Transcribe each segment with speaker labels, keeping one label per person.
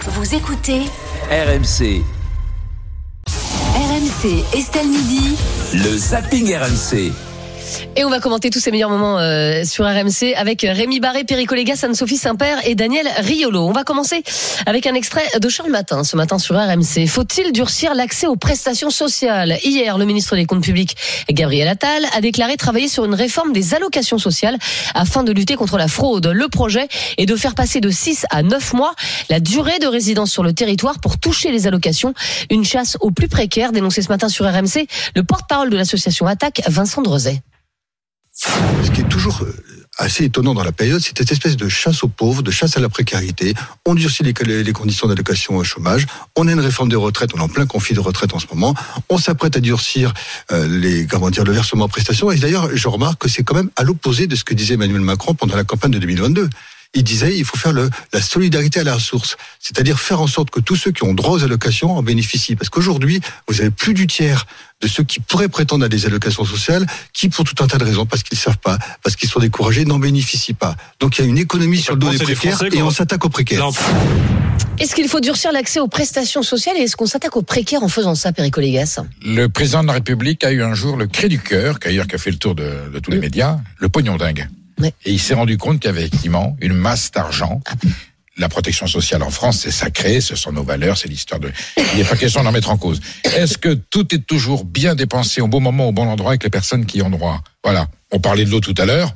Speaker 1: Vous écoutez
Speaker 2: RMC,
Speaker 1: RMC Estelle Midi.
Speaker 2: le zapping RMC.
Speaker 3: Et on va commenter tous ces meilleurs moments euh, sur RMC avec Rémi Barré, Perico Légas, Anne-Sophie Saint-Père et Daniel Riolo. On va commencer avec un extrait de Charles Matin ce matin sur RMC. Faut-il durcir l'accès aux prestations sociales Hier, le ministre des Comptes publics, Gabriel Attal, a déclaré travailler sur une réforme des allocations sociales afin de lutter contre la fraude. Le projet est de faire passer de 6 à 9 mois la durée de résidence sur le territoire pour toucher les allocations. Une chasse aux plus précaires dénoncée ce matin sur RMC, le porte-parole de l'association Attaque, Vincent Drozet.
Speaker 4: Ce qui est toujours euh, assez étonnant dans la période, c'est cette espèce de chasse aux pauvres, de chasse à la précarité. On durcit les, les- les conditions d'allocation au chômage. On a une réforme des retraites. On est en plein conflit de retraite en ce moment. On s'apprête à durcir euh, les, comment dire, le versement en prestations. Et d'ailleurs, je remarque que c'est quand même à l'opposé de ce que disait Emmanuel Macron pendant la campagne de 2022. Il disait, il faut faire le, la solidarité à la ressource, c'est-à-dire faire en sorte que tous ceux qui ont droit aux allocations en bénéficient. Parce qu'aujourd'hui, vous avez plus du tiers de ceux qui pourraient prétendre à des allocations sociales, qui pour tout un tas de raisons, parce qu'ils ne savent pas, parce qu'ils sont découragés, n'en bénéficient pas. Donc il y a une économie sur le dos
Speaker 5: c'est
Speaker 4: des
Speaker 5: les
Speaker 4: précaires
Speaker 5: Français,
Speaker 4: et
Speaker 5: quoi.
Speaker 4: on s'attaque aux précaires.
Speaker 5: Non,
Speaker 3: Est-ce qu'il faut durcir l'accès aux prestations sociales et est-ce qu'on s'attaque aux précaires en faisant ça, Perico Légas
Speaker 6: Le président de la République a eu un jour le cri du cœur, qu'ailleurs qui a fait le tour de, de tous les
Speaker 3: Mm.
Speaker 6: médias, le pognon dingue.
Speaker 3: Ouais.
Speaker 6: Et il s'est rendu compte qu'il y avait effectivement une masse d'argent.
Speaker 3: Ah
Speaker 6: La protection sociale en France, c'est sacré, ce sont nos valeurs, c'est l'histoire de. Il n'est pas question d'en mettre en cause. Est-ce que tout est toujours bien dépensé au bon moment, au bon endroit, avec les personnes qui y ont droit Voilà. On parlait de l'eau tout à l'heure.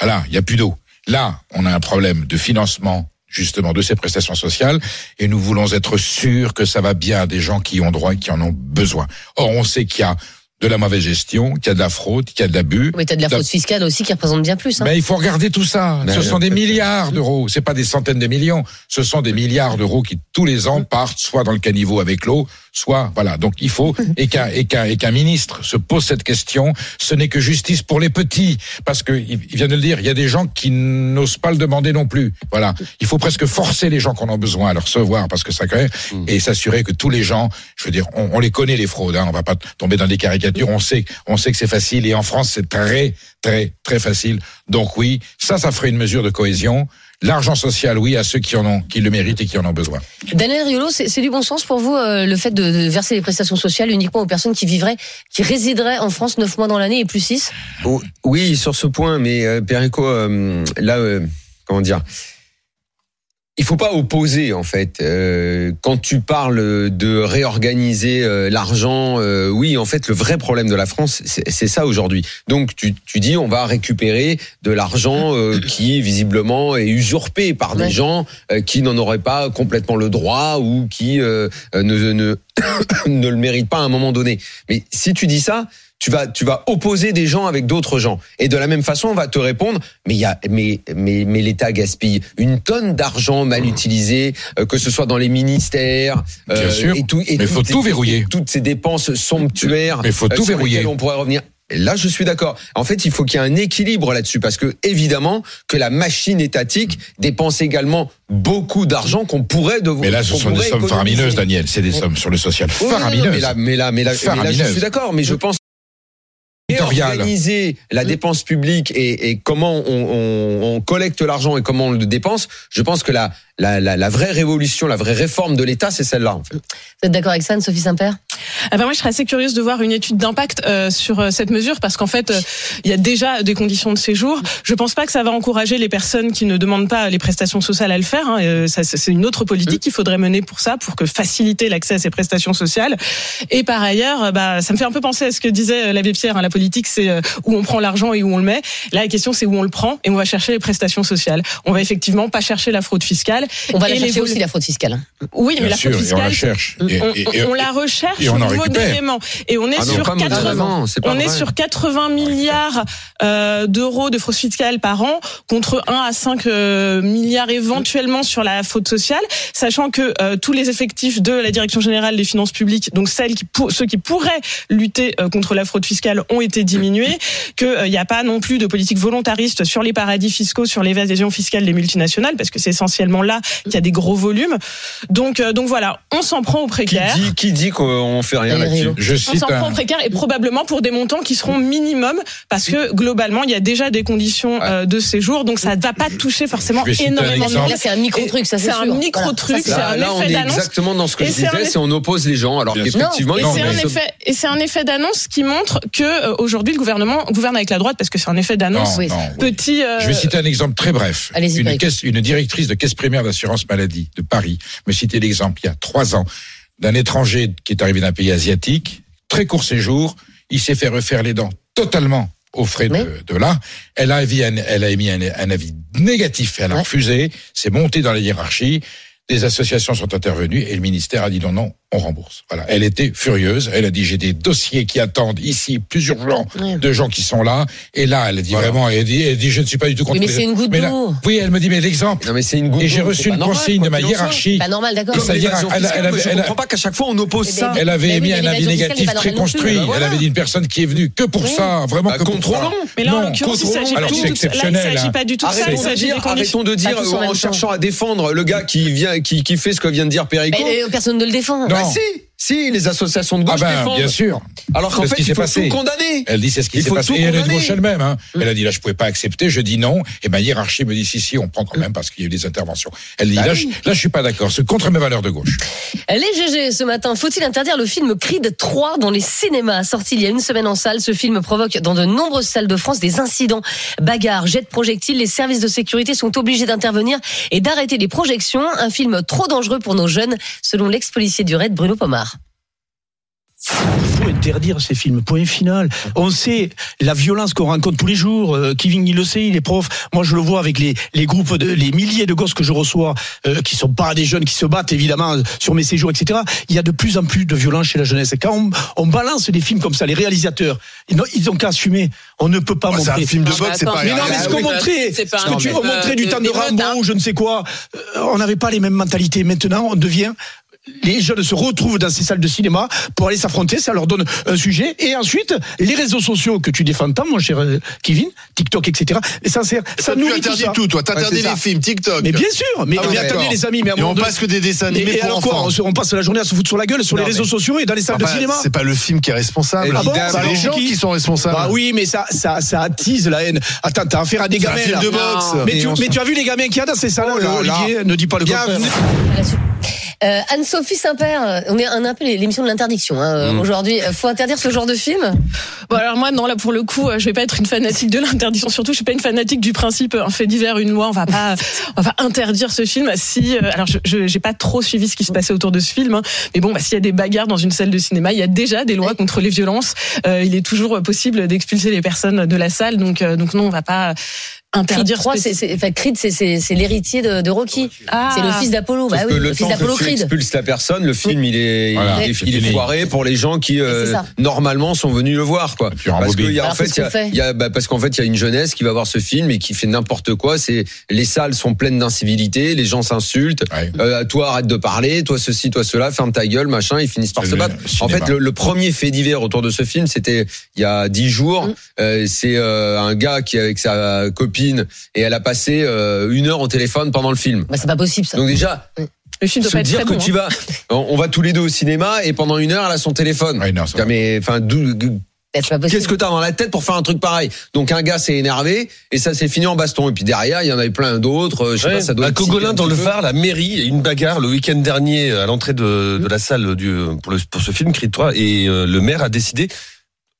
Speaker 6: Voilà, il n'y a plus d'eau. Là, on a un problème de financement justement de ces prestations sociales et nous voulons être sûrs que ça va bien à des gens qui y ont droit et qui en ont besoin. Or, on sait qu'il y a de la mauvaise gestion, qu'il y a de la fraude, qu'il y a de l'abus.
Speaker 3: Mais t'as de la
Speaker 6: Da-
Speaker 3: fraude fiscale aussi qui représente bien plus. Hein.
Speaker 6: Mais il faut regarder tout ça.
Speaker 4: Ben,
Speaker 6: Ce sont
Speaker 4: en
Speaker 6: des
Speaker 4: fait,
Speaker 6: milliards d'euros. C'est pas des centaines de millions. Ce sont des milliards d'euros qui tous les ans partent soit dans le caniveau avec l'eau, soit voilà. Donc il faut et qu'un et qu'un et qu'un ministre se pose cette question. Ce n'est que justice pour les petits parce que il il vient de le dire. Il y a des gens qui n'osent pas le demander non plus. Voilà. Il faut presque forcer les gens qu'on a besoin à le recevoir parce que ça crée et s'assurer que tous les gens. Je veux dire, on, on les connaît les fraudes. Hein, on va pas t- tomber dans des caricatures. On sait on sait que c'est facile et en France c'est très très très facile. Donc oui, ça, ça ferait une mesure de cohésion. L'argent social, oui, à ceux qui en ont, qui le méritent et qui en ont besoin.
Speaker 3: Daniel Riolo, c'est c'est du bon sens pour vous euh, le fait de, de verser les prestations sociales uniquement aux personnes qui vivraient, qui résideraient en France 9 mois dans l'année et plus 6
Speaker 7: Oh, oui, sur ce point, mais euh, Perico, euh, là, euh, comment dire il faut pas opposer en fait. Euh, quand tu parles de réorganiser euh, l'argent, euh, oui, en fait, le vrai problème de la France, c'est c'est ça aujourd'hui. Donc tu, tu dis, on va récupérer de l'argent euh, qui visiblement est usurpé par
Speaker 3: Ouais.
Speaker 7: des gens euh, qui n'en auraient pas complètement le droit ou qui euh, euh, ne, ne ne le méritent pas à un moment donné. Mais si tu dis ça, tu vas, tu vas opposer des gens avec d'autres gens. Et de la même façon, on va te répondre, mais il y a, mais, mais, mais l'État gaspille une tonne d'argent
Speaker 6: Mmh.
Speaker 7: mal utilisé, euh, que ce soit dans les ministères, euh,
Speaker 6: Bien sûr.
Speaker 7: et tout, et
Speaker 6: Mais faut
Speaker 7: toutes ces-
Speaker 6: tout verrouiller.
Speaker 7: toutes ces dépenses somptuaires. euh,
Speaker 6: Mais faut tout
Speaker 7: sur lesquelles
Speaker 6: verrouiller.
Speaker 7: On pourrait revenir. Et Là, je suis d'accord. En fait, il faut qu'il y ait un équilibre là-dessus parce que évidemment que la machine étatique dépense également beaucoup d'argent qu'on pourrait devoir.
Speaker 6: Mais là, ce
Speaker 7: qu'on
Speaker 6: sont des
Speaker 7: pourrait
Speaker 6: sommes
Speaker 7: économiser.
Speaker 6: faramineuses, Daniel. C'est des
Speaker 7: Oui.
Speaker 6: sommes sur le social
Speaker 7: Oui, oui, non, Mais
Speaker 6: faramineuses.
Speaker 7: là, mais là, mais là, mais là, je
Speaker 6: Faramineuse.
Speaker 7: suis d'accord, mais je pense.
Speaker 6: Territoriale.
Speaker 7: Organiser la dépense publique et, et comment on, on- on collecte l'argent et comment on le dépense, je pense que la, la, la, la vraie révolution, la vraie réforme de l'État, c'est celle-là. En fait.
Speaker 3: Vous êtes d'accord avec ça, Anne-Sophie Saint-Père
Speaker 8: Ah ben moi, je serais assez curieuse de voir une étude d'impact euh, sur euh, cette mesure parce qu'en fait, euh, il y a déjà des conditions de séjour. Je pense pas que ça va encourager les personnes qui ne demandent pas les prestations sociales à le faire. hein. Euh, ça, c'est c'est une autre politique qu'il faudrait mener pour ça, pour que faciliter l'accès à ces prestations sociales. Et par ailleurs, euh, bah, ça me fait un peu penser à ce que disait euh, l'abbé Pierre. hein. La politique, c'est euh, où on prend l'argent et où on le met. Là, la question, c'est où on le prend et on va chercher les prestations sociales. On va effectivement pas chercher la fraude fiscale.
Speaker 3: On va la
Speaker 8: Et les
Speaker 3: chercher
Speaker 8: vol-
Speaker 3: aussi, la fraude fiscale. hein.
Speaker 8: Oui, mais
Speaker 6: Bien
Speaker 8: la
Speaker 6: sûr,
Speaker 8: fraude
Speaker 6: et on la
Speaker 8: fiscale,
Speaker 6: cherche. Et,
Speaker 8: on,
Speaker 6: et- et-
Speaker 8: on- on la recherche
Speaker 6: et on en récupère.
Speaker 8: modérément. Et on est
Speaker 7: Ah non,
Speaker 8: sur
Speaker 7: pas
Speaker 8: 80.
Speaker 7: modérément, c'est pas
Speaker 8: On est
Speaker 7: vrai. Ah
Speaker 8: sur 80 milliards euh, d'euros de fraude fiscale par an contre 1 à 5 euh, milliards éventuellement sur la fraude sociale, sachant que euh, tous les effectifs de la direction générale des finances publiques, donc celles qui pour- ceux qui pourraient lutter euh, contre la fraude fiscale ont été diminués, qu'il n'y a pas non plus de politique volontariste sur les paradis fiscaux, sur l'évasion fiscale des multinationales, parce que c'est essentiellement là qu'il y a des gros volumes. Donc, euh, donc voilà, on s'en prend aux
Speaker 7: Qui
Speaker 8: précaires.
Speaker 7: dit, qui dit qu'on on fait rien
Speaker 3: Valérie
Speaker 7: là-dessus.
Speaker 3: Riot.
Speaker 6: Je cite
Speaker 8: 500 francs
Speaker 6: un-
Speaker 8: précaires et probablement pour des montants qui seront minimum parce que globalement il y a déjà des conditions euh, de séjour donc ça ne va pas toucher forcément
Speaker 6: Je vais citer un
Speaker 8: énormément de
Speaker 6: exemple.
Speaker 8: monde.
Speaker 3: Là, c'est un micro-truc, ça, c'est
Speaker 8: C'est un
Speaker 3: sûr.
Speaker 8: micro-truc,
Speaker 3: Voilà, ça,
Speaker 8: un
Speaker 7: Là, là, on
Speaker 8: effet
Speaker 7: est
Speaker 8: d'annonce.
Speaker 7: exactement dans ce que
Speaker 8: Et
Speaker 7: je
Speaker 8: c'est un
Speaker 7: disais,
Speaker 8: effet-
Speaker 7: c'est on oppose les gens, alors
Speaker 6: Bien sûr.
Speaker 7: qu'effectivement,
Speaker 8: Et
Speaker 6: Oh Non,
Speaker 8: c'est un
Speaker 6: mais-
Speaker 8: effet et c'est un effet d'annonce qui montre que euh, aujourd'hui le gouvernement gouverne avec la droite parce que c'est un effet d'annonce
Speaker 3: oui.
Speaker 8: petit euh,
Speaker 6: Je vais citer un exemple très bref.
Speaker 3: Allez-y,
Speaker 6: une,
Speaker 3: Perico.
Speaker 6: caisse- une directrice de caisse primaire d'assurance maladie de Paris me citait l'exemple il y a trois ans d'un étranger qui est arrivé d'un pays asiatique, très court séjour, il s'est fait refaire les dents totalement aux frais
Speaker 3: Oui.
Speaker 6: de, de là. Elle a, émis un, elle a émis un, un avis négatif, elle a
Speaker 3: Ouais.
Speaker 6: refusé, c'est monté dans la hiérarchie. Des associations sont intervenues et le ministère a dit non, non, on rembourse. Voilà. Elle était furieuse. Elle a dit j'ai des dossiers qui attendent ici, plusieurs gens,
Speaker 3: Ouais.
Speaker 6: de gens qui sont là. Et là, elle a dit vraiment, elle dit, elle dit je ne suis pas du tout contre.
Speaker 3: Oui, mais
Speaker 6: les-
Speaker 3: c'est une goutte
Speaker 6: là-
Speaker 3: d'eau.
Speaker 6: Oui, elle me dit mais l'exemple.
Speaker 7: Non mais c'est une goutte
Speaker 6: Et j'ai
Speaker 7: d'eau, c'est
Speaker 6: reçu
Speaker 7: pas
Speaker 6: une
Speaker 7: normal,
Speaker 6: consigne
Speaker 7: quoi
Speaker 6: de ma
Speaker 7: qu'il en soit.
Speaker 6: hiérarchie.
Speaker 3: Pas Bah, normal, d'accord.
Speaker 7: Comme
Speaker 6: Ça veut dire,
Speaker 7: l'évasion
Speaker 6: elle a-
Speaker 7: fiscale,
Speaker 6: elle a-
Speaker 7: mais je
Speaker 6: elle a-
Speaker 7: comprends pas qu'à chaque fois on oppose
Speaker 3: Eh
Speaker 7: ça.
Speaker 3: ben,
Speaker 6: Elle avait
Speaker 3: Mais
Speaker 6: émis
Speaker 3: oui,
Speaker 6: un
Speaker 3: mais
Speaker 6: avis
Speaker 3: l'évasion fiscale
Speaker 6: négatif
Speaker 3: n'est pas
Speaker 6: très
Speaker 3: normale non plus.
Speaker 6: construit.
Speaker 3: Ben
Speaker 6: Elle
Speaker 7: voilà.
Speaker 6: avait dit une personne qui est venue que pour
Speaker 3: Oui.
Speaker 6: ça, vraiment
Speaker 7: Bah,
Speaker 6: que pour ça.
Speaker 7: contrôlons.
Speaker 8: mais là en
Speaker 6: Non,
Speaker 8: l'occurrence il
Speaker 6: contrôlons.
Speaker 8: s'agit pas
Speaker 6: Alors
Speaker 8: du
Speaker 6: c'est
Speaker 8: tout de- là il
Speaker 6: exceptionnel.
Speaker 8: s'agit
Speaker 6: hein.
Speaker 8: pas du tout de ça il
Speaker 7: Arrêtons de
Speaker 8: s'agit des
Speaker 7: dire,
Speaker 8: conditions
Speaker 7: arrêtons de dire
Speaker 3: Pas tous en
Speaker 7: euh,
Speaker 3: même
Speaker 7: en
Speaker 3: temps.
Speaker 7: cherchant à défendre le gars qui vient, qui, qui fait ce que vient de dire Péricot.
Speaker 3: Mais, euh, personne ne le défend.
Speaker 6: Non.
Speaker 7: Bah si, si les associations de
Speaker 6: Ah
Speaker 7: gauche
Speaker 6: ben,
Speaker 7: défendent.
Speaker 6: bien sûr.
Speaker 7: Alors qu'en
Speaker 6: C'est ce
Speaker 7: fait
Speaker 6: qui
Speaker 7: il
Speaker 6: s'est
Speaker 7: faut
Speaker 6: passé.
Speaker 7: tout condamner.
Speaker 6: Elle dit c'est ce qui
Speaker 7: Il
Speaker 6: s'est
Speaker 7: faut
Speaker 6: passé.
Speaker 7: tout
Speaker 6: Et elle est de
Speaker 7: condamner.
Speaker 6: gauche elle-même. hein. Elle a dit là je pouvais pas accepter. Je dis non. Et ma hiérarchie me dit si si on prend quand même parce qu'il y a eu des interventions. Elle dit
Speaker 7: Bah
Speaker 6: là je, là je suis pas d'accord. C'est contre mes valeurs de gauche.
Speaker 3: Les GG ce matin, faut-il interdire le film Creed 3 dans les cinémas Sorti il y a une semaine en salle, ce film provoque dans de nombreuses salles de France des incidents, bagarres, jets de projectiles. Les services de sécurité sont obligés d'intervenir et d'arrêter les projections. Un film trop dangereux pour nos jeunes, selon l'ex-policier du raid Bruno Pomar.
Speaker 5: Il faut interdire ces films. Point final. On sait la violence qu'on rencontre tous les jours. Euh, Kevin, il le sait, il est prof. Moi, je le vois avec les, les groupes, de, les milliers de gosses que je reçois, euh, qui sont pas des jeunes, qui se battent évidemment euh, sur mes séjours, etc. Il y a de plus en plus de violence chez la jeunesse. Et quand on, on balance des films comme ça, les réalisateurs, ils n'ont- ils ont qu'à assumer. On ne peut pas montrer.
Speaker 9: de boxe, Oh, c'est pas
Speaker 5: Mais non, mais ce
Speaker 9: Ah
Speaker 5: qu'on
Speaker 9: oui,
Speaker 5: montrait,
Speaker 9: c'est pas
Speaker 5: ce
Speaker 9: un
Speaker 5: que tu
Speaker 9: film,
Speaker 5: veux montrer
Speaker 9: euh,
Speaker 5: du
Speaker 9: de-
Speaker 5: temps de
Speaker 9: des meutes, hein.
Speaker 5: Rambo, ou je ne sais quoi, euh, on n'avait pas les mêmes mentalités. Maintenant, on devient. Les jeunes se retrouvent dans ces salles de cinéma pour aller s'affronter, ça leur donne un sujet. Et ensuite, les réseaux sociaux que tu défends tant, mon cher euh, Kevin, TikTok, etc. Et ça sert, ça
Speaker 9: tu
Speaker 5: nourrit tout
Speaker 9: interdis
Speaker 5: ça.
Speaker 9: tout, toi. T'interdis
Speaker 5: Ouais, c'est
Speaker 9: les
Speaker 5: ça.
Speaker 9: films, TikTok.
Speaker 5: Mais bien sûr, mais,
Speaker 9: Ah oui,
Speaker 5: mais
Speaker 9: d'accord.
Speaker 5: attendez les amis, mais à un
Speaker 9: Et
Speaker 5: moment
Speaker 9: on
Speaker 5: donné-
Speaker 9: passe que des dessins
Speaker 5: Mais-
Speaker 9: animés
Speaker 5: et
Speaker 9: pour
Speaker 5: alors quoi
Speaker 9: enfants.
Speaker 5: on, se- on passe la journée à se foutre sur la gueule sur
Speaker 7: Non,
Speaker 5: les réseaux
Speaker 7: mais-
Speaker 5: sociaux et dans les salles de
Speaker 6: Ah ben,
Speaker 9: Enfin,
Speaker 5: cinéma.
Speaker 9: C'est pas le film qui est responsable.
Speaker 5: Ah bon
Speaker 7: Évidemment.
Speaker 9: C'est les gens qui sont responsables.
Speaker 5: Bah oui, mais ça, ça, ça attise la haine. Attends, t'as affaire à des
Speaker 9: C'est un
Speaker 5: gamins.
Speaker 9: film
Speaker 5: là.
Speaker 9: de boxe.
Speaker 5: Mais,
Speaker 7: Et
Speaker 5: tu,
Speaker 7: on
Speaker 5: mais tu as vu les gamins qu'il y a dans ces salons,
Speaker 7: Oh là là.
Speaker 5: Olivier Ne dis pas le contraire.
Speaker 7: Bienvenue.
Speaker 3: Euh, Anne-Sophie Saint-Père, euh, on est un, un peu l'émission de l'interdiction hein, euh, aujourd'hui. Euh, Faut interdire ce genre de film
Speaker 8: Bon alors moi non là pour le coup euh, je vais pas être une fanatique de l'interdiction surtout je suis pas une fanatique du principe euh, un fait divers une loi on va pas on va pas interdire ce film si euh, alors je- je j'ai pas trop suivi ce qui se passait autour de ce film hein, mais bon bah, s'il y a des bagarres dans une salle de cinéma il y a déjà des lois contre les violences Euh, il est toujours possible d'expulser les personnes de la salle donc euh, donc non on va pas
Speaker 3: Creed
Speaker 8: interdire
Speaker 3: 3, c'est, c'est- enfin, Creed, c'est, c'est- c'est l'héritier de, de Rocky.
Speaker 8: Ah.
Speaker 3: C'est le fils d'Apollo. Bah
Speaker 7: Parce
Speaker 3: oui,
Speaker 7: que
Speaker 3: le,
Speaker 7: le
Speaker 3: fils
Speaker 7: temps
Speaker 3: d'Apollo
Speaker 7: que tu
Speaker 3: Creed.
Speaker 7: expulses la personne, le film il est,
Speaker 6: Voilà,
Speaker 7: il est,
Speaker 6: c'est
Speaker 7: il est
Speaker 6: fini.
Speaker 7: foiré pour les gens qui euh,
Speaker 3: C'est ça.
Speaker 7: normalement sont venus le voir quoi.
Speaker 6: puis,
Speaker 7: Parce
Speaker 6: rembobine.
Speaker 7: qu'il y a en
Speaker 3: Alors,
Speaker 7: fait,
Speaker 3: qu'est-ce
Speaker 7: il y a-
Speaker 3: qu'on fait
Speaker 7: il y a- bah, parce qu'en fait il y a une jeunesse qui va voir ce film et qui fait n'importe quoi. C'est les salles sont pleines d'incivilité, les gens s'insultent.
Speaker 6: Ouais.
Speaker 7: Euh, toi arrête de parler, toi ceci, toi cela, ferme ta gueule, machin. Ils finissent par
Speaker 6: C'est
Speaker 7: se
Speaker 6: le
Speaker 7: battre. En
Speaker 6: cinéma.
Speaker 7: fait le, le premier fait divers autour de ce film c'était il y a dix jours.
Speaker 3: Mm.
Speaker 7: Euh, c'est euh, un gars qui est avec sa copine et elle a passé euh, une heure au téléphone pendant le film.
Speaker 3: Bah, c'est pas possible ça.
Speaker 7: Donc déjà
Speaker 8: le film doit
Speaker 7: se
Speaker 8: pas être
Speaker 7: dire
Speaker 8: très
Speaker 7: que
Speaker 8: bon,
Speaker 7: tu
Speaker 8: hein.
Speaker 7: vas, on on va tous les deux au cinéma et pendant une heure elle a son téléphone.
Speaker 6: Ouais, non, ça va.
Speaker 7: mais enfin, d'où- d'où-
Speaker 3: Bah, c'est pas possible.
Speaker 7: qu'est-ce que t'as dans la tête pour faire un truc pareil Donc un gars s'est énervé et ça s'est fini en baston. Et puis derrière il y en avait plein d'autres. euh, Je sais
Speaker 10: Ouais,
Speaker 7: pas, ça doit.
Speaker 10: à
Speaker 7: être
Speaker 10: Cogolin,
Speaker 7: psyché un
Speaker 10: dans le
Speaker 7: petit peu.
Speaker 10: Var, la mairie, il y a eu une bagarre le week-end dernier à l'entrée de, de la salle du, pour, le, pour ce film, Creed 3, et euh, le maire a décidé,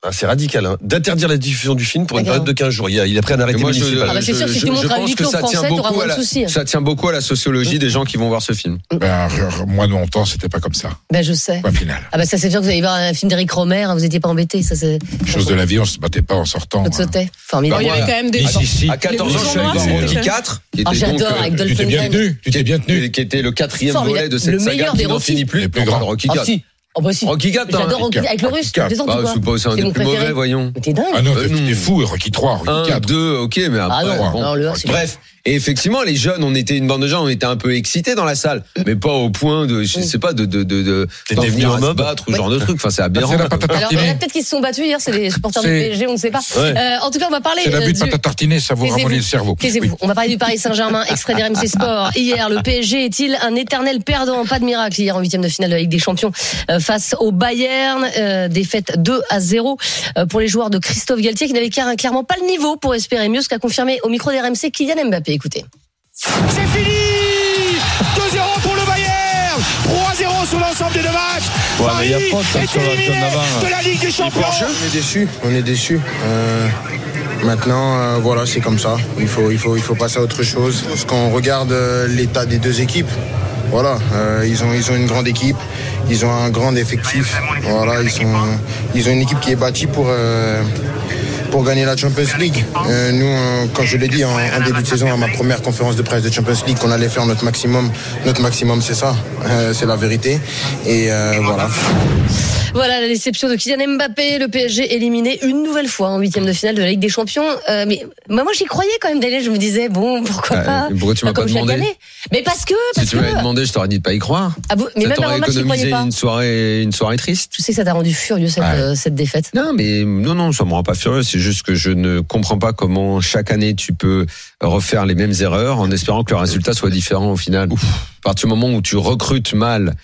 Speaker 10: assez radical, hein, d'interdire la diffusion du film pour une
Speaker 3: D'accord.
Speaker 10: période de 15 jours. Il a, il a pris un
Speaker 7: Et
Speaker 10: arrêté
Speaker 7: moi, je,
Speaker 10: municipal.
Speaker 3: Ah bah, c'est
Speaker 7: je-
Speaker 3: sûr, si
Speaker 7: je-
Speaker 3: tu montres
Speaker 7: je
Speaker 3: à
Speaker 7: pense
Speaker 3: huit
Speaker 7: que
Speaker 3: clos
Speaker 7: ça tient
Speaker 3: français, t'auras
Speaker 7: beaucoup
Speaker 3: moins
Speaker 7: à
Speaker 3: de
Speaker 7: la,
Speaker 3: soucis. hein.
Speaker 7: ça tient beaucoup à la sociologie des gens qui vont voir ce film.
Speaker 6: Ben, re- re- moi de mon temps c'était pas comme ça.
Speaker 3: Bah, je sais.
Speaker 6: Point final.
Speaker 3: Ah bah ça c'est sûr que vous allez voir un film d'Eric Romer, hein, vous étiez pas embêté, ça c'est
Speaker 6: Chose de la vie on se battait pas en sortant.
Speaker 3: ça te
Speaker 6: hein.
Speaker 3: sautait. Formidable. Oh,
Speaker 8: il y
Speaker 7: Bah,
Speaker 8: avait quand même des
Speaker 6: Ni si, si.
Speaker 7: À 14 ans, je suis allé
Speaker 8: Noirs,
Speaker 7: voir
Speaker 8: c'était
Speaker 7: Rocky
Speaker 8: quel
Speaker 7: 4 qui
Speaker 3: Ah,
Speaker 7: était donc
Speaker 3: j'adore,
Speaker 7: euh,
Speaker 3: avec
Speaker 6: Tu t'es bien
Speaker 3: Dolphin.
Speaker 6: tenu. Tu t'es bien tenu.
Speaker 7: qui était le quatrième
Speaker 3: Formidable.
Speaker 7: volet de cette
Speaker 3: Le
Speaker 7: saga
Speaker 3: meilleur
Speaker 7: qui
Speaker 3: des
Speaker 7: n'en
Speaker 3: Rocky.
Speaker 7: finit plus.
Speaker 6: Les plus
Speaker 7: On
Speaker 6: grands.
Speaker 7: parle de Rocky
Speaker 3: Ah
Speaker 7: 4.
Speaker 3: si. Oh bah si.
Speaker 7: Rocky 4, hein.
Speaker 3: J'adore Rocky
Speaker 6: Rocky
Speaker 3: avec le russe,
Speaker 6: quatre.
Speaker 3: des ans
Speaker 7: Bah,
Speaker 3: ou quoi
Speaker 7: c'est pas- c'est un des
Speaker 3: mon
Speaker 7: plus
Speaker 3: préféré.
Speaker 7: mauvais, voyons.
Speaker 3: Mais t'es dingue.
Speaker 6: Ah non,
Speaker 7: Euh,
Speaker 6: t'es
Speaker 7: non.
Speaker 6: t'es fou, Rocky Ah, 3, Rocky
Speaker 7: 1,
Speaker 6: 4.
Speaker 7: 2, ok, mais après.
Speaker 3: Ah non,
Speaker 7: bon.
Speaker 3: non, le un, c'est
Speaker 7: Bref, Et effectivement, les jeunes, on était une bande de gens, on était un peu excités dans la salle, mais pas au point de, je sais pas, de de de de
Speaker 10: T'es
Speaker 7: d'en
Speaker 10: devenu
Speaker 7: venir
Speaker 10: un
Speaker 7: à se
Speaker 10: mob.
Speaker 7: battre ou ce genre de truc. Enfin, c'est aberrant.
Speaker 6: C'est
Speaker 3: Ah,
Speaker 6: la pâte à
Speaker 7: Ah,
Speaker 3: Alors, il y en
Speaker 7: euh,
Speaker 6: tartiner.
Speaker 3: a peut-être qui se sont battus hier, c'est les supporters du
Speaker 6: C'est-
Speaker 3: PSG, on ne sait pas.
Speaker 10: Ouais.
Speaker 3: Euh, en tout cas, on va parler.
Speaker 6: C'est
Speaker 3: euh,
Speaker 6: l'abus de
Speaker 3: du-
Speaker 6: pâte à tartiner, ça vous
Speaker 3: Taisez-vous.
Speaker 6: ramollit le cerveau.
Speaker 3: Taisez-vous. On va parler du Paris Saint-Germain, extrait d'RMC Sport. Hier, le PSG est-il un éternel perdant Pas de miracle hier en huitième de finale de la Ligue des Champions euh, face au Bayern. Euh, défaite 2 à 0 euh, pour les joueurs de Christophe Galtier qui n'avaient car- clairement pas le niveau pour espérer mieux, ce qu'a confirmé au micro d'RMC Kylian Mbappé. Écoutez.
Speaker 11: C'est fini 2-0 pour le Bayern 3-0 sur l'ensemble des deux matchs
Speaker 10: mais
Speaker 11: Paris
Speaker 10: il y a faute, hein,
Speaker 11: est
Speaker 10: sur la zone
Speaker 11: éliminé
Speaker 10: d'avant,
Speaker 11: de la Ligue des Champions
Speaker 12: On est déçu, on est déçu. maintenant, euh, voilà, c'est comme ça. Il faut, il faut, il faut passer à autre chose. Parce qu'on regarde euh, l'état des deux équipes. Voilà, euh, ils ont, ils ont une grande équipe, ils ont un grand effectif. Voilà, ils sont, ils ont une équipe qui est bâtie pour. euh, pour gagner la Champions League. Euh, nous, on- quand je l'ai dit en, en début de saison, à ma première conférence de presse de Champions League, qu'on allait faire notre maximum. Notre maximum, c'est ça. Euh, c'est la vérité. Et euh, voilà.
Speaker 3: Voilà la déception de Kylian Mbappé, le PSG éliminé une nouvelle fois en huitième de finale de la Ligue des Champions. Euh, mais bah, moi j'y croyais quand même d'aller, je me disais bon pourquoi
Speaker 7: Ouais,
Speaker 3: pas.
Speaker 7: mais Bah, pourquoi tu m'as
Speaker 3: Comme
Speaker 7: pas
Speaker 3: chaque
Speaker 7: demandé
Speaker 3: année. Mais parce que
Speaker 7: Si
Speaker 3: parce
Speaker 7: tu
Speaker 3: que
Speaker 7: m'avais demandé, je t'aurais dit de pas y croire.
Speaker 3: ah, vous- mais
Speaker 7: ça
Speaker 3: même avant
Speaker 7: t'aurait
Speaker 3: le match j'y croyais
Speaker 7: économisé
Speaker 3: pas.
Speaker 7: une soirée, une soirée triste.
Speaker 3: Je sais que ça t'a rendu furieux cette,
Speaker 7: Ouais.
Speaker 3: euh, cette défaite.
Speaker 7: Non, mais non, non, ça me rend pas furieux. C'est juste que je ne comprends pas comment chaque année tu peux refaire les mêmes erreurs en espérant que le résultat soit différent au final. À partir du moment où tu recrutes mal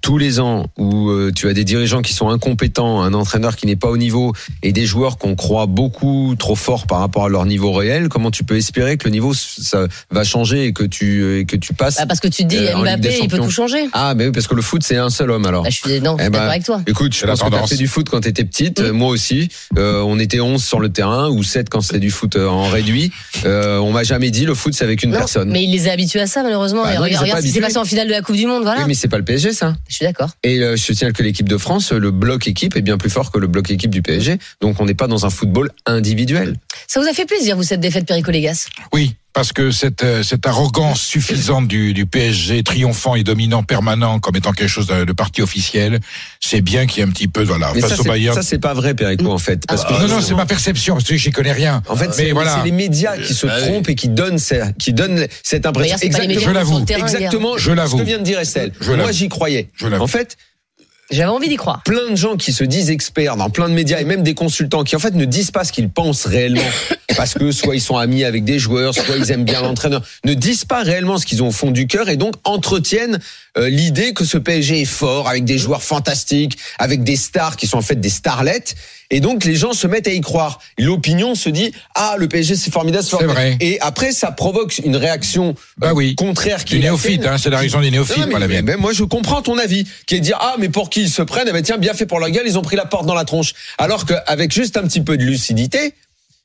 Speaker 7: tous les ans, où euh, tu as des dirigeants qui sont incompétents, un entraîneur qui n'est pas au niveau et des joueurs qu'on croit beaucoup trop fort par rapport à leur niveau réel, comment tu peux espérer que le niveau ça va changer et que tu et que tu passes
Speaker 3: Bah, parce que tu te dis
Speaker 7: Euh, en Ligue des
Speaker 3: Mbappé il peut
Speaker 7: Champions.
Speaker 3: tout changer.
Speaker 7: Ah, mais oui, parce que le foot c'est un seul homme alors.
Speaker 3: Bah, je suis non, je suis
Speaker 7: Eh ben,
Speaker 3: d'accord avec toi.
Speaker 7: Écoute, je
Speaker 6: C'est la
Speaker 7: pense que t'as
Speaker 6: tendance.
Speaker 7: fait du foot quand t'étais petite, euh, moi aussi. Euh, on était 11 sur le terrain ou 7 quand c'était du foot euh, en réduit. Euh, on m'a jamais dit le foot c'est avec une
Speaker 3: Non,
Speaker 7: personne.
Speaker 3: Mais il les a habitués à ça malheureusement.
Speaker 7: Bah
Speaker 3: Et
Speaker 7: non, ils les
Speaker 3: regarde
Speaker 7: ont
Speaker 3: regarde
Speaker 7: pas
Speaker 3: ce qui s'est
Speaker 7: habitués.
Speaker 3: passé en finale de la Coupe du Monde, voilà.
Speaker 7: Oui, mais c'est pas le PSG ça.
Speaker 3: Je suis d'accord.
Speaker 7: Et euh, je tiens que l'équipe de France, euh, le bloc équipe est bien plus fort que le bloc équipe du PSG. Donc on n'est pas dans un football individuel.
Speaker 3: Ça vous a fait plaisir vous cette défaite Péricolégas
Speaker 6: Oui, parce que cette, euh, cette arrogance suffisante du, du PSG triomphant et dominant permanent comme étant quelque chose de, de parti officiel, c'est bien qu'il y ait un petit peu voilà
Speaker 7: Mais
Speaker 6: face
Speaker 7: ça,
Speaker 6: au
Speaker 7: c'est-
Speaker 6: Bayern.
Speaker 7: ça c'est pas vrai, Perico en fait.
Speaker 3: Ah.
Speaker 7: Parce que
Speaker 6: non, non, c'est ma perception, parce que j'y connais rien.
Speaker 7: En fait,
Speaker 6: mais
Speaker 7: c'est
Speaker 6: voilà, Bah
Speaker 7: c'est les médias qui se
Speaker 10: Ah oui.
Speaker 7: trompent et qui donnent, ça- qui donnent cette impression.
Speaker 3: D'ailleurs c'est pas les
Speaker 7: Exactement.
Speaker 3: médias qui sont sur le
Speaker 6: l'avoue.
Speaker 3: terrain. hier.
Speaker 7: Exactement,
Speaker 6: Je l'avoue.
Speaker 7: ce que vient de dire Estelle.
Speaker 6: Je
Speaker 7: Moi
Speaker 6: l'avoue.
Speaker 7: j'y croyais.
Speaker 6: Je l'avoue.
Speaker 7: En fait,
Speaker 3: J'avais envie d'y croire.
Speaker 7: plein de gens qui se disent experts dans plein de médias et même des consultants qui en fait ne disent pas ce qu'ils pensent réellement parce que soit ils sont amis avec des joueurs, soit ils aiment bien l'entraîneur, ne disent pas réellement ce qu'ils ont au fond du cœur et donc entretiennent euh, l'idée que ce PSG est fort avec des joueurs fantastiques, avec des stars qui sont en fait des starlettes et donc les gens se mettent à y croire. L'opinion se dit ah le PSG c'est formidable,
Speaker 6: C'est
Speaker 7: formidable.
Speaker 6: vrai.
Speaker 7: et après ça provoque une réaction
Speaker 6: Bah
Speaker 7: euh,
Speaker 6: oui.
Speaker 7: contraire qui
Speaker 6: du
Speaker 7: est la
Speaker 6: néophyte,
Speaker 7: tienne.
Speaker 6: hein, c'est la raison des néophytes,
Speaker 7: Non, non, mais-
Speaker 6: pas la mienne.
Speaker 7: mais moi, je comprends ton avis, qui est de dire ah mais pour qui ils se prennent, eh ben tiens bien fait pour leur gueule, ils ont pris la porte dans la tronche. Alors qu'avec juste un petit peu de lucidité,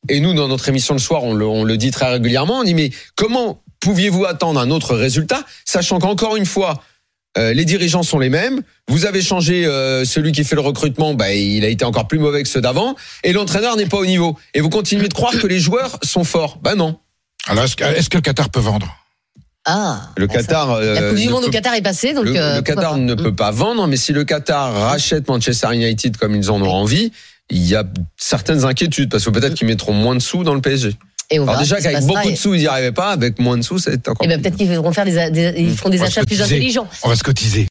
Speaker 7: et nous dans notre émission le soir, on le, on le dit très régulièrement, on dit mais comment pouviez-vous attendre un autre résultat, sachant qu'encore une fois. euh, les dirigeants sont les mêmes. Vous avez changé euh, celui qui fait le recrutement, bah, il a été encore plus mauvais que ceux d'avant. Et l'entraîneur n'est pas au niveau. Et vous continuez de croire que les joueurs sont forts. Ben non.
Speaker 6: Alors, est-ce que, est-ce que le Qatar peut vendre
Speaker 3: Ah.
Speaker 7: Le
Speaker 3: ah, ça.
Speaker 7: Qatar.
Speaker 3: La
Speaker 7: euh,
Speaker 3: Coupe du
Speaker 7: ne
Speaker 3: Monde au
Speaker 7: peut
Speaker 3: Qatar est passée donc
Speaker 7: le,
Speaker 3: euh,
Speaker 7: le
Speaker 3: pourquoi
Speaker 7: Qatar
Speaker 3: pas.
Speaker 7: ne peut
Speaker 3: Mm.
Speaker 7: pas vendre, mais si le Qatar rachète Manchester United comme ils en ont envie, il y a certaines inquiétudes parce que peut-être qu'ils mettront moins de sous dans le PSG.
Speaker 3: Et Mm. on
Speaker 7: Alors
Speaker 3: verra ce
Speaker 7: déjà
Speaker 3: qui se
Speaker 7: qu'avec
Speaker 3: passera,
Speaker 7: beaucoup
Speaker 3: et-
Speaker 7: de sous ils n'y arrivaient pas, avec moins de sous c'est encore. Mm.
Speaker 3: Et ben peut-être qu'ils feront faire des, des- ils feront des
Speaker 6: On va se
Speaker 3: achats plus
Speaker 6: cotiser.
Speaker 3: intelligents.
Speaker 6: On va se cotiser.